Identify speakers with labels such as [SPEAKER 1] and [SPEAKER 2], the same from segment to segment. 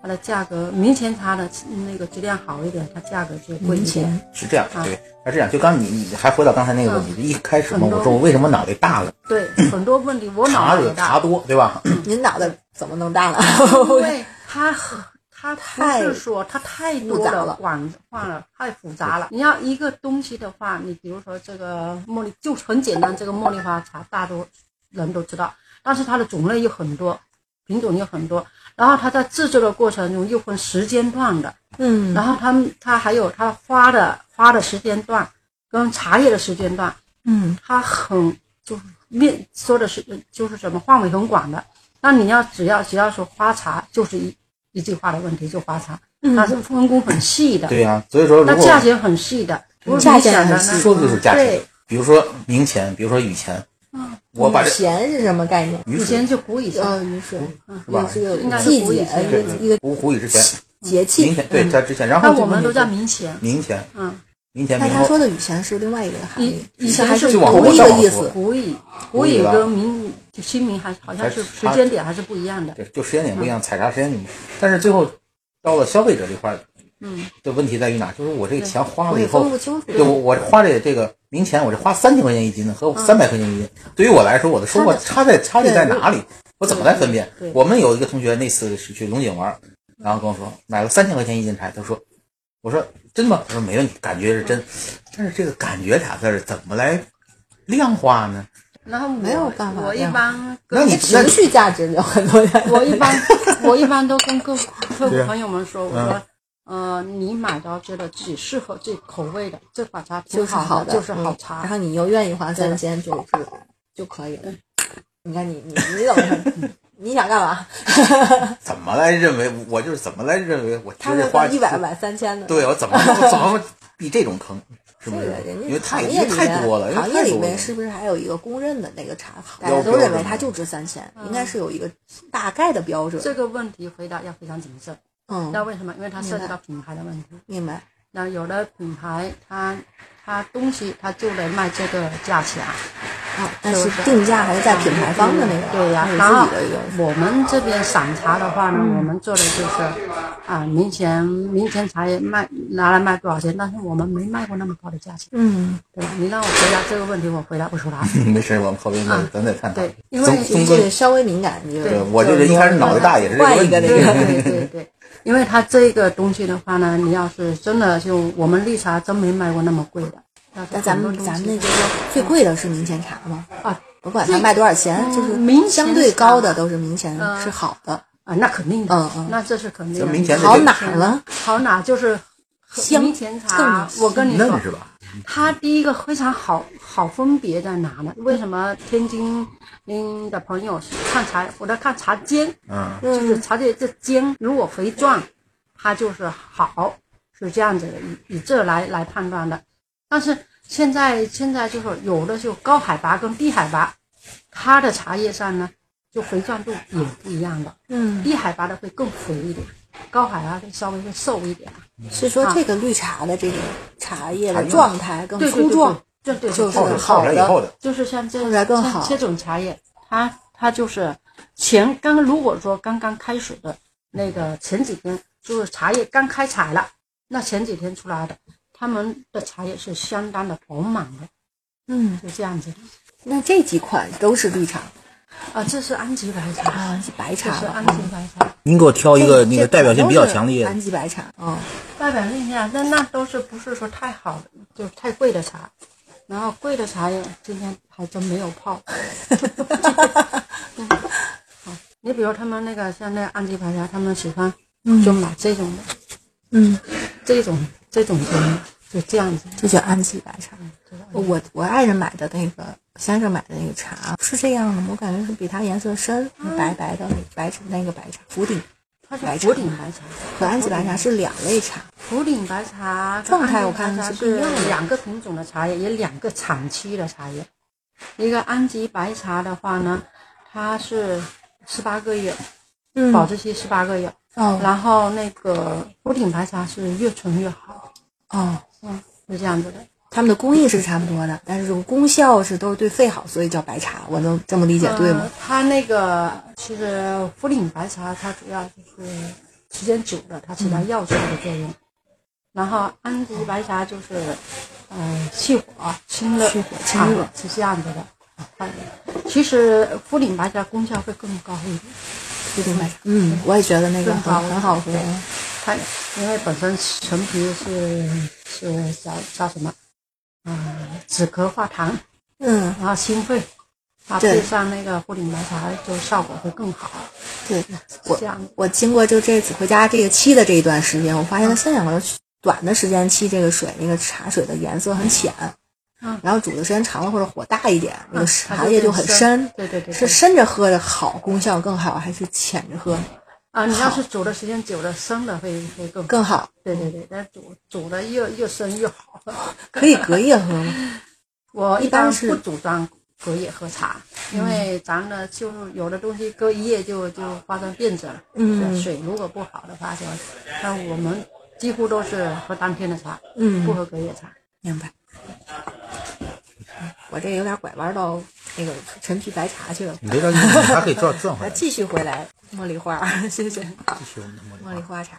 [SPEAKER 1] 它的价格明显它的那个质量好一点，它价格就贵一点。
[SPEAKER 2] 是这样
[SPEAKER 1] 啊，嗯
[SPEAKER 2] 对，那这样就刚你你还回到刚才那个问题，一开始嘛，
[SPEAKER 1] 很多
[SPEAKER 2] 我说我为什么脑袋大了，
[SPEAKER 1] 对，很多问题我脑
[SPEAKER 2] 茶
[SPEAKER 1] 袋
[SPEAKER 2] 惹
[SPEAKER 1] 也大，
[SPEAKER 2] 茶
[SPEAKER 1] 嗯
[SPEAKER 2] 多，对吧？
[SPEAKER 3] 您脑袋怎么弄大 了？
[SPEAKER 1] 因为它很它不
[SPEAKER 3] 太
[SPEAKER 1] 是说它太
[SPEAKER 3] 复
[SPEAKER 1] 多
[SPEAKER 3] 杂
[SPEAKER 1] 的
[SPEAKER 3] 了
[SPEAKER 1] 广化了，太复杂了。你要一个东西的话，你比如说这个茉莉，就很简单，这个茉莉花茶大多人都知道，但是它的种类有很多，品种有很多，然后它在制作的过程中又分时间段的。
[SPEAKER 3] 嗯，
[SPEAKER 1] 然后他们他还有他花的花的时间段跟茶叶的时间段，
[SPEAKER 3] 嗯，
[SPEAKER 1] 他很就是面说的是就是什么范围很广的。那你要只要只要说花茶，就是一一句话的问题，就花茶，
[SPEAKER 3] 嗯
[SPEAKER 1] 它是分工很细的，
[SPEAKER 2] 对呀、所以说
[SPEAKER 1] 它
[SPEAKER 2] 如果
[SPEAKER 1] 价钱很细的，不是
[SPEAKER 3] 价
[SPEAKER 1] 你
[SPEAKER 3] 钱
[SPEAKER 1] 想的
[SPEAKER 3] 很
[SPEAKER 1] 那
[SPEAKER 3] 细
[SPEAKER 2] 说的就是价钱
[SPEAKER 1] 对，嗯
[SPEAKER 2] 比如说明钱，比如说雨钱，我把
[SPEAKER 3] 雨
[SPEAKER 2] 这
[SPEAKER 3] 前是什么概念？
[SPEAKER 1] 以
[SPEAKER 2] 雨水
[SPEAKER 1] 前就古以前，
[SPEAKER 3] 呃，雨水，
[SPEAKER 2] 嗯是吧
[SPEAKER 3] 也是有
[SPEAKER 1] 应该是
[SPEAKER 3] 季
[SPEAKER 1] 古
[SPEAKER 3] 节
[SPEAKER 1] 以前
[SPEAKER 3] 呃一个一个
[SPEAKER 2] 无虎雨之前，
[SPEAKER 3] 节气
[SPEAKER 2] 明。钱对在之前，然
[SPEAKER 1] 嗯那
[SPEAKER 2] 后
[SPEAKER 1] 我们都
[SPEAKER 2] 就是
[SPEAKER 1] 叫明前，
[SPEAKER 2] 明钱，
[SPEAKER 1] 嗯，
[SPEAKER 2] 明钱
[SPEAKER 3] 那
[SPEAKER 2] 明
[SPEAKER 3] 他
[SPEAKER 2] 后
[SPEAKER 3] 说的雨前是另外一个含义
[SPEAKER 1] 以，以
[SPEAKER 3] 这
[SPEAKER 1] 前
[SPEAKER 3] 还是
[SPEAKER 1] 是
[SPEAKER 2] 就往后
[SPEAKER 3] 同一个
[SPEAKER 2] 再往
[SPEAKER 3] 意
[SPEAKER 2] 后
[SPEAKER 3] 思。
[SPEAKER 1] 古语
[SPEAKER 2] 古
[SPEAKER 1] 古
[SPEAKER 2] 语
[SPEAKER 1] 语
[SPEAKER 2] 吧
[SPEAKER 1] 跟明就新明还好像是时
[SPEAKER 2] 还
[SPEAKER 1] 间点还是不一样的，
[SPEAKER 2] 对，就时间点不一样，采茶时间点不一样，但是最后到了消费者这块儿
[SPEAKER 1] 嗯，
[SPEAKER 2] 的问题在于哪？就是我这个钱花
[SPEAKER 3] 我
[SPEAKER 2] 了
[SPEAKER 3] 也
[SPEAKER 2] 以
[SPEAKER 3] 分
[SPEAKER 2] 后
[SPEAKER 3] 不，清楚，
[SPEAKER 2] 对我我花这这个明钱，我这花三千块钱一斤的和三百块钱一斤，对于我来说，我的收获差在差距在哪里？我怎么来分辨
[SPEAKER 1] 对对？对
[SPEAKER 2] 我们有一个同学那次是去龙井玩，然后跟我说买了三千块钱一斤柴，他说，我说真吗？他说没问题，感觉是真，但是这个感觉俩字儿怎么来量化呢？
[SPEAKER 1] 然后我
[SPEAKER 3] 没有办法
[SPEAKER 1] 我一
[SPEAKER 3] 这样
[SPEAKER 1] 般
[SPEAKER 2] 那
[SPEAKER 1] 跟
[SPEAKER 2] 你那
[SPEAKER 3] 情绪价值有很多的。
[SPEAKER 1] 我一 般我一般都跟客户客
[SPEAKER 2] 对
[SPEAKER 1] 户
[SPEAKER 2] 啊
[SPEAKER 1] 朋友们说，我说，呃，你买到觉得自己适合自己口味的，这款茶挺
[SPEAKER 3] 就是好
[SPEAKER 1] 好
[SPEAKER 3] 的，
[SPEAKER 1] 就是好
[SPEAKER 3] 嗯然
[SPEAKER 1] 茶。
[SPEAKER 3] 后你又愿意花三千，就是就可以了。你看你你你怎么
[SPEAKER 1] 嗯
[SPEAKER 3] 看？你想干嘛？
[SPEAKER 2] 怎么来认为？我就是怎么来认为？我
[SPEAKER 3] 他
[SPEAKER 2] 今儿
[SPEAKER 3] 们
[SPEAKER 2] 花
[SPEAKER 3] 一百买三千的，
[SPEAKER 2] 对我怎么我怎么避这种坑？是
[SPEAKER 3] 这
[SPEAKER 2] 不
[SPEAKER 3] 个
[SPEAKER 2] 是？
[SPEAKER 3] 人
[SPEAKER 2] 因为
[SPEAKER 3] 家
[SPEAKER 2] 太
[SPEAKER 3] 行
[SPEAKER 2] 因
[SPEAKER 3] 业
[SPEAKER 2] 为
[SPEAKER 3] 里
[SPEAKER 2] 太多了，
[SPEAKER 3] 面，
[SPEAKER 2] 因
[SPEAKER 3] 行
[SPEAKER 2] 为
[SPEAKER 3] 业
[SPEAKER 2] 太
[SPEAKER 3] 里
[SPEAKER 2] 多了
[SPEAKER 3] 面是不是还有一个公认的那个茶，大
[SPEAKER 2] 标
[SPEAKER 3] 家都认为
[SPEAKER 2] 标准
[SPEAKER 3] 它就值三千，
[SPEAKER 1] 嗯
[SPEAKER 3] 应该是有一个大概的标准。
[SPEAKER 1] 这个问题回答要非常谨慎。那
[SPEAKER 3] 嗯，
[SPEAKER 1] 为什么？因为它涉及到品牌的问题。
[SPEAKER 3] 明白。
[SPEAKER 1] 那有的品牌它它东西它就得卖这个价钱，
[SPEAKER 3] 啊，但是定价还是在品牌方的那个，
[SPEAKER 1] 对呀、
[SPEAKER 3] 还
[SPEAKER 1] 然后
[SPEAKER 3] 是自己的一个。嗯
[SPEAKER 1] 我们这边散茶的话呢，我们做的就是，啊，明前明前茶叶卖拿来卖多少钱？但是我们没卖过那么高的价钱。
[SPEAKER 3] 嗯，
[SPEAKER 1] 对吧？你让我回答这个问题，我回答不出 来。
[SPEAKER 2] 没事，我们后边再
[SPEAKER 1] 啊
[SPEAKER 2] 咱再看看。
[SPEAKER 1] 对，因为
[SPEAKER 2] 总
[SPEAKER 3] 就
[SPEAKER 2] 总
[SPEAKER 3] 是
[SPEAKER 2] 之，
[SPEAKER 3] 稍微敏感，你就
[SPEAKER 2] 对我就是一开始脑袋大也是这个
[SPEAKER 3] 换
[SPEAKER 2] 问
[SPEAKER 3] 一
[SPEAKER 2] 题
[SPEAKER 3] 个那
[SPEAKER 1] 对
[SPEAKER 3] 个。
[SPEAKER 1] 对对对，因为它这个东西的话呢，你要是真的就我们绿茶真没卖过那么贵的。
[SPEAKER 3] 那咱
[SPEAKER 1] 嗯
[SPEAKER 3] 们咱们那就是最贵的是明前茶吗？
[SPEAKER 1] 啊
[SPEAKER 3] 不管它卖多少钱，就是
[SPEAKER 1] 嗯明前
[SPEAKER 3] 相对高的
[SPEAKER 1] 茶
[SPEAKER 3] 都是明前
[SPEAKER 1] 嗯
[SPEAKER 3] 是好的，
[SPEAKER 1] 啊，那肯定的，
[SPEAKER 3] 嗯嗯
[SPEAKER 1] 那这是肯定
[SPEAKER 2] 这
[SPEAKER 1] 的。
[SPEAKER 2] 明前的
[SPEAKER 3] 好
[SPEAKER 2] 这个
[SPEAKER 3] 哪儿了？
[SPEAKER 1] 好哪就是
[SPEAKER 3] 香
[SPEAKER 1] 明前茶，我 跟你说
[SPEAKER 2] 嫩，是吧？
[SPEAKER 1] 它第一个非常好好分别在哪呢？为什么天津嗯的朋友看茶，我在看茶间，
[SPEAKER 2] 嗯，
[SPEAKER 1] 就是茶叶这尖，如果回转，它就是好，是这样子的，以以这来来判断的。但是现在现在就是有的就高海拔跟低海拔，它的茶叶上呢，就回转度也不一样的，
[SPEAKER 3] 嗯，
[SPEAKER 1] 低海拔的会更肥一点，高海拔的稍微会瘦一点。
[SPEAKER 3] 是说
[SPEAKER 1] 啊
[SPEAKER 3] 这个绿茶的这个茶叶
[SPEAKER 2] 茶
[SPEAKER 3] 的
[SPEAKER 2] 叶
[SPEAKER 3] 状态更
[SPEAKER 1] 对对
[SPEAKER 3] 粗
[SPEAKER 1] 对
[SPEAKER 3] 壮，
[SPEAKER 1] 对对对，
[SPEAKER 3] 就是
[SPEAKER 2] 泡着
[SPEAKER 3] 好
[SPEAKER 2] 泡
[SPEAKER 3] 的
[SPEAKER 2] 着以后的，
[SPEAKER 1] 就是像这
[SPEAKER 3] 看起来更好
[SPEAKER 1] 像这种茶叶，它它就是前刚如果说刚刚开始的那个前几天，就是茶叶刚开采了，那前几天出来的，他们的茶叶是相当的饱满的，
[SPEAKER 3] 嗯，
[SPEAKER 1] 就这样子的。
[SPEAKER 3] 那这几款都是绿茶
[SPEAKER 1] 啊，这是安吉白茶，
[SPEAKER 3] 啊，是白
[SPEAKER 1] 这
[SPEAKER 3] 茶
[SPEAKER 1] 是
[SPEAKER 3] 了
[SPEAKER 1] 安。吉白茶，
[SPEAKER 2] 您给我挑
[SPEAKER 3] 这
[SPEAKER 2] 一个那个代表性比较强烈
[SPEAKER 3] 安
[SPEAKER 2] 的，
[SPEAKER 3] 吉白茶，嗯，
[SPEAKER 1] 代表性下，那那都是不是说太好的，就是太贵的茶。然后贵的茶叶今天还真没有 泡。 你比如他们那个像那个安吉白茶，他们喜欢就买这种的，
[SPEAKER 3] 嗯，
[SPEAKER 1] 这种这种茶就这样子。
[SPEAKER 3] 这叫安吉白茶。
[SPEAKER 1] 就是
[SPEAKER 3] 我我爱人买的那个先生买的那个
[SPEAKER 1] 嗯
[SPEAKER 3] 茶是这样的吗，我感觉是比它颜色深，白白的那白茶那个白茶，福鼎
[SPEAKER 1] 它是
[SPEAKER 3] 白茶
[SPEAKER 1] 福鼎白茶
[SPEAKER 3] 和安吉白茶是两类茶。
[SPEAKER 1] 福鼎白茶
[SPEAKER 3] 状态
[SPEAKER 1] 跟
[SPEAKER 3] 我看
[SPEAKER 1] 安吉白茶
[SPEAKER 3] 是不一
[SPEAKER 1] 是
[SPEAKER 3] 样的
[SPEAKER 1] 两个品种的茶叶，也两个产区的茶叶。一个安吉白茶的话呢，它是十八个月，
[SPEAKER 3] 嗯
[SPEAKER 1] 保质期十八个月。
[SPEAKER 3] 哦
[SPEAKER 1] 然后那个福鼎白茶是越纯越好，
[SPEAKER 3] 哦，
[SPEAKER 1] 嗯，是这样子的。
[SPEAKER 3] 他们的工艺是差不多的，但是这个功效是都是对肺好，所以叫白茶。我能这么理解对吗
[SPEAKER 1] 呃？它那个其实茯苓白茶，它主要就是时间久了，它起到药效的作用。然后安吉白茶就是，呃，去火清热，
[SPEAKER 3] 去火清热
[SPEAKER 1] 啊是这样子的。啊它其实茯苓白茶功效会更高一点，
[SPEAKER 3] 固定白茶。嗯，我也觉得那个
[SPEAKER 1] 更
[SPEAKER 3] 很
[SPEAKER 1] 好
[SPEAKER 3] 很好喝
[SPEAKER 1] 对。它因为本身陈皮是是叫叫什么？嗯，止咳化痰，
[SPEAKER 3] 嗯，
[SPEAKER 1] 然后心肺，它
[SPEAKER 3] 对
[SPEAKER 1] 配上那个茯苓白茶，就效果会更好。
[SPEAKER 3] 对
[SPEAKER 1] 是
[SPEAKER 3] 我
[SPEAKER 1] 这样的。
[SPEAKER 3] 我经过就这次回家这个沏的这一段时间，我发现它现两个短的时间沏这个水，那个茶水的颜色很浅。
[SPEAKER 1] 嗯
[SPEAKER 3] 然后煮的时间长了或者火大一点，那个
[SPEAKER 1] 啊它
[SPEAKER 3] 茶
[SPEAKER 1] 就
[SPEAKER 3] 叶就
[SPEAKER 1] 变
[SPEAKER 3] 很
[SPEAKER 1] 深
[SPEAKER 3] 深。
[SPEAKER 1] 对对对对
[SPEAKER 3] 是深着喝着好，功效更好，还是浅着喝
[SPEAKER 1] 啊，你要是煮的时间久了，生的会会更
[SPEAKER 3] 更好？
[SPEAKER 1] 对对对，但煮煮的越越深越好。
[SPEAKER 3] 可以隔夜喝吗？
[SPEAKER 1] 我
[SPEAKER 3] 一
[SPEAKER 1] 一
[SPEAKER 3] 般
[SPEAKER 1] 般
[SPEAKER 3] 是嗯
[SPEAKER 1] 不主张隔夜喝茶，因为咱们呢就是有的东西隔一夜就就发生变质了。
[SPEAKER 3] 嗯
[SPEAKER 1] 水如果不好的话就，那我们几乎都是喝当天的茶，
[SPEAKER 3] 嗯
[SPEAKER 1] 不喝隔夜茶。
[SPEAKER 3] 明白。我这有点拐弯到那个陈皮白茶去了，
[SPEAKER 2] 你别着急，它可以转转回
[SPEAKER 3] 来
[SPEAKER 2] 来。
[SPEAKER 3] 继续回来茉莉花， 谢谢
[SPEAKER 2] 继续我们的茉莉
[SPEAKER 3] 茉
[SPEAKER 2] 花
[SPEAKER 3] 莉花茶。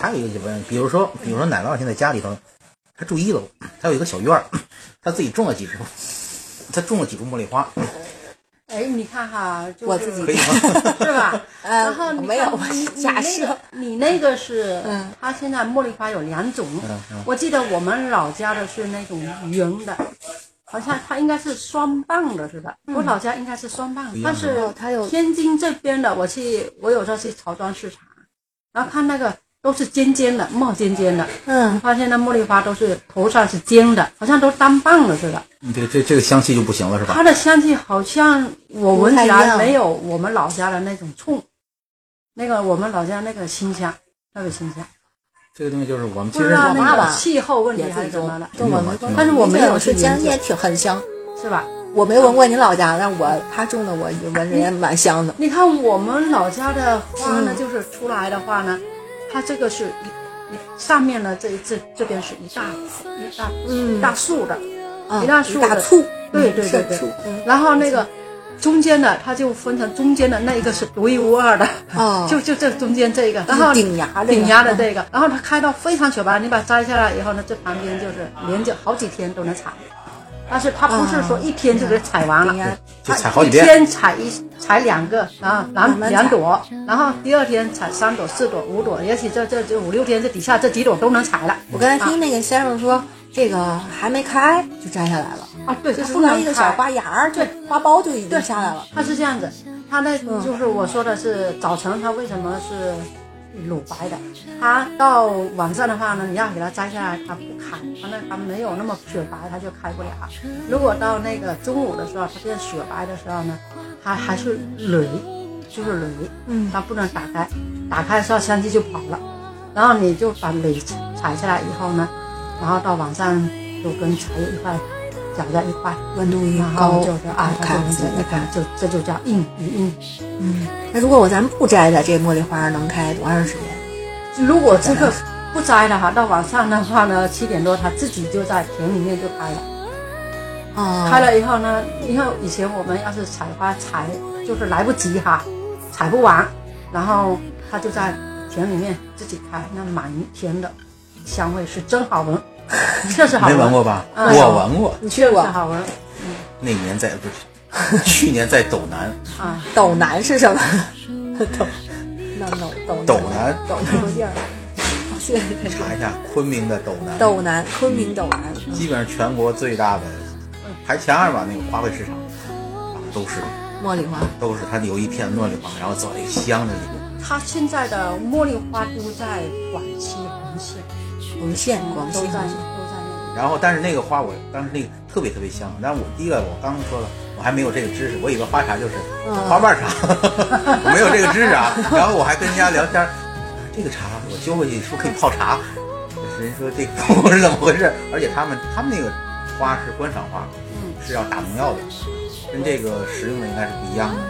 [SPEAKER 2] 还有一个什么，比如说，比如说奶酪现在家里头，他住一楼，他有一个小院儿，他自己种了几株，他种了几株茉莉花，
[SPEAKER 1] 哎，你看哈，就是、
[SPEAKER 3] 我自己
[SPEAKER 2] 可以吗？
[SPEAKER 1] 是 吧？
[SPEAKER 3] 呃
[SPEAKER 1] 然后你看
[SPEAKER 3] 没有
[SPEAKER 1] 你你
[SPEAKER 3] 假
[SPEAKER 1] 那
[SPEAKER 3] 设
[SPEAKER 1] 个你那个是，
[SPEAKER 3] 嗯
[SPEAKER 1] 它现在茉莉花有两种
[SPEAKER 2] 嗯嗯，
[SPEAKER 1] 我记得我们老家的是那种圆的，好像它应该是双瓣的似的，我老家应该是双瓣
[SPEAKER 2] 不一，样
[SPEAKER 1] 但
[SPEAKER 2] 是
[SPEAKER 1] 是
[SPEAKER 3] 嗯哦它有
[SPEAKER 1] 天津这边的，我去我有时候去曹庄市场，然后看那个都是尖尖的，冒尖尖的，
[SPEAKER 3] 嗯，
[SPEAKER 1] 发现那茉莉花都是头上是尖的，好像都单瓣的似的。
[SPEAKER 2] 你这个这这个香气就不行了是吧？
[SPEAKER 1] 它的香气好像我闻起
[SPEAKER 3] 不太一
[SPEAKER 1] 来
[SPEAKER 3] 样
[SPEAKER 1] 没有我们老家的那种冲，那个我们老家那个清香，特别清香，
[SPEAKER 2] 这个东西就是我们其
[SPEAKER 1] 不知
[SPEAKER 2] 实
[SPEAKER 1] 道
[SPEAKER 3] 我妈
[SPEAKER 1] 那
[SPEAKER 3] 妈
[SPEAKER 1] 个气候问题
[SPEAKER 3] 也自
[SPEAKER 1] 还
[SPEAKER 3] 己
[SPEAKER 1] 是怎
[SPEAKER 3] 种
[SPEAKER 1] 么的，，
[SPEAKER 3] 种我没
[SPEAKER 2] 嗯
[SPEAKER 1] 但是我没有
[SPEAKER 3] 是
[SPEAKER 1] 去
[SPEAKER 3] 姜
[SPEAKER 1] 研究
[SPEAKER 3] 也挺很香，
[SPEAKER 1] 是吧？
[SPEAKER 3] 我没闻过你老家，但我他种的我就闻着也蛮香的。
[SPEAKER 1] 你看我们老家的花呢，
[SPEAKER 3] 嗯
[SPEAKER 1] 就是出来的话呢，它这个是一一上面呢这这这边是一大一大
[SPEAKER 3] 嗯
[SPEAKER 1] 一大束的，
[SPEAKER 3] 嗯
[SPEAKER 1] 一大
[SPEAKER 3] 一
[SPEAKER 1] 束
[SPEAKER 3] 大
[SPEAKER 1] 的
[SPEAKER 3] 簇，
[SPEAKER 1] 对
[SPEAKER 3] 嗯
[SPEAKER 1] 对
[SPEAKER 3] 是
[SPEAKER 1] 对对
[SPEAKER 3] 簇嗯，
[SPEAKER 1] 然后那个中间的它就分成中间的那一个是独一无二的，
[SPEAKER 3] 哦
[SPEAKER 1] 就就这中间这个，然后
[SPEAKER 3] 顶芽这个
[SPEAKER 1] 顶芽的这个，然后它开到非常雪白，你把它摘下来以后呢，这旁边就是连着好几天都能采，但是它不是说一天就给采完了
[SPEAKER 3] 顶。芽
[SPEAKER 2] 就采好几
[SPEAKER 1] 一
[SPEAKER 2] 遍，
[SPEAKER 1] 天采一采两个，然后
[SPEAKER 3] 慢
[SPEAKER 1] 两
[SPEAKER 3] 慢采
[SPEAKER 1] 两朵，然后第二天采三朵、四朵、五朵，也许这这这五六天这底下这几朵都能采了。
[SPEAKER 3] 我刚才听那个先生说，这个还没开就摘下来了，
[SPEAKER 1] 啊，对，
[SPEAKER 3] 就
[SPEAKER 1] 它
[SPEAKER 3] 出
[SPEAKER 1] 不
[SPEAKER 3] 来
[SPEAKER 1] 能
[SPEAKER 3] 一个小
[SPEAKER 1] 采
[SPEAKER 3] 花芽儿，对，花苞就已经下来了。嗯
[SPEAKER 1] 它是这样子，它那就是我说的是早晨，它为什么是乳白的？它到晚上的话呢，你要给它摘下来，它不开，它那它没有那么雪白，它就开不了。如果到那个中午的时候，它变雪白的时候呢，它还是蕊，就是蕊，
[SPEAKER 3] 嗯
[SPEAKER 1] 它不能打开，打开的时候香气就跑了。然后你就把蕊采下来以后呢，然后到晚上就跟茶叶一块搅在一块。
[SPEAKER 3] 温度一
[SPEAKER 1] 然
[SPEAKER 3] 高
[SPEAKER 1] 后就是啊，
[SPEAKER 3] 开
[SPEAKER 1] 它就这一看，就这就叫硬硬
[SPEAKER 3] 嗯，那如果我咱不摘的，这茉莉花能开多长时间？
[SPEAKER 1] 硬。如果这个不摘的话，到晚上的话呢，七点多它自己就在田里面就开了。
[SPEAKER 3] 哦，
[SPEAKER 1] 开了以后呢，因为以前我们要是采花采就是来不及哈，采不完，然后它就在田里面自己开，那满田的香味是真好闻， 确实好
[SPEAKER 2] 没
[SPEAKER 1] 闻。
[SPEAKER 2] 闻过吧？
[SPEAKER 1] 嗯
[SPEAKER 2] 我闻过，
[SPEAKER 3] 你去
[SPEAKER 1] 确实
[SPEAKER 3] 过
[SPEAKER 1] 好闻
[SPEAKER 2] 那年在不是去年在斗南，
[SPEAKER 1] 啊！
[SPEAKER 3] 斗南是什么？ 斗，那斗斗
[SPEAKER 2] 斗南
[SPEAKER 3] 斗什么地儿？哦谢谢谢谢
[SPEAKER 2] 查一下昆明的斗南，
[SPEAKER 3] 斗南，昆明斗南。
[SPEAKER 2] 基本上全国最大的，排前二吧，那个花卉市场啊都是
[SPEAKER 3] 茉莉花，
[SPEAKER 2] 都是它有一片茉莉花，然后走一箱子里面。
[SPEAKER 1] 它现在的茉莉花都在广西红县。
[SPEAKER 3] 红线，广西
[SPEAKER 1] 都在
[SPEAKER 3] 红
[SPEAKER 1] 都
[SPEAKER 3] 线。
[SPEAKER 1] 在那个
[SPEAKER 2] 然后但是那个花我当时那个特别特别香，但是我第一个我刚说了，我还没有这个知识，我以为花茶就是花瓣茶， 我没有这个知识啊。然后我还跟人家聊天儿，这个茶我揪回去是不是可以泡茶？人家说这个不是怎么回事，而且他们他们那个花是观赏花，是要打农药的，跟这个食用的应该是不一样的。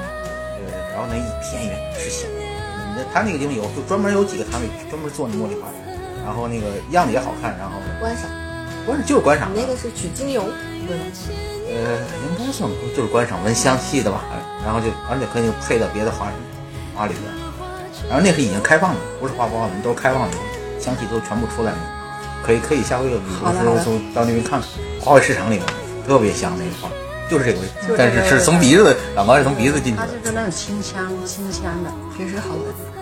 [SPEAKER 2] 对，然后那一片一片是香的。那他那个地方有就专门有几个摊位专门做那茉莉花的，然后那个样子也好看，然后
[SPEAKER 3] 观赏，
[SPEAKER 2] 观就是观赏
[SPEAKER 3] 你
[SPEAKER 2] 的
[SPEAKER 3] 那，个是取精油，对吧？
[SPEAKER 2] 呃，应该算不就是观赏闻香气的吧，哎然后就而且可以配到别的花花里边，然后那是已经开放的，不是花苞的，都是开放的，香气都全部出来了，可以可以下回有
[SPEAKER 3] 好的好
[SPEAKER 2] 有
[SPEAKER 3] 的
[SPEAKER 2] 时候到那边看看，花卉市场里面特别香那个花，就是这个味
[SPEAKER 1] 就，是
[SPEAKER 2] 但是
[SPEAKER 1] 这个
[SPEAKER 2] 是
[SPEAKER 1] 味
[SPEAKER 2] 从鼻子，老高是从鼻子进去
[SPEAKER 1] 它
[SPEAKER 2] 的
[SPEAKER 1] 就，是那种清香清香的，
[SPEAKER 3] 平时好闻。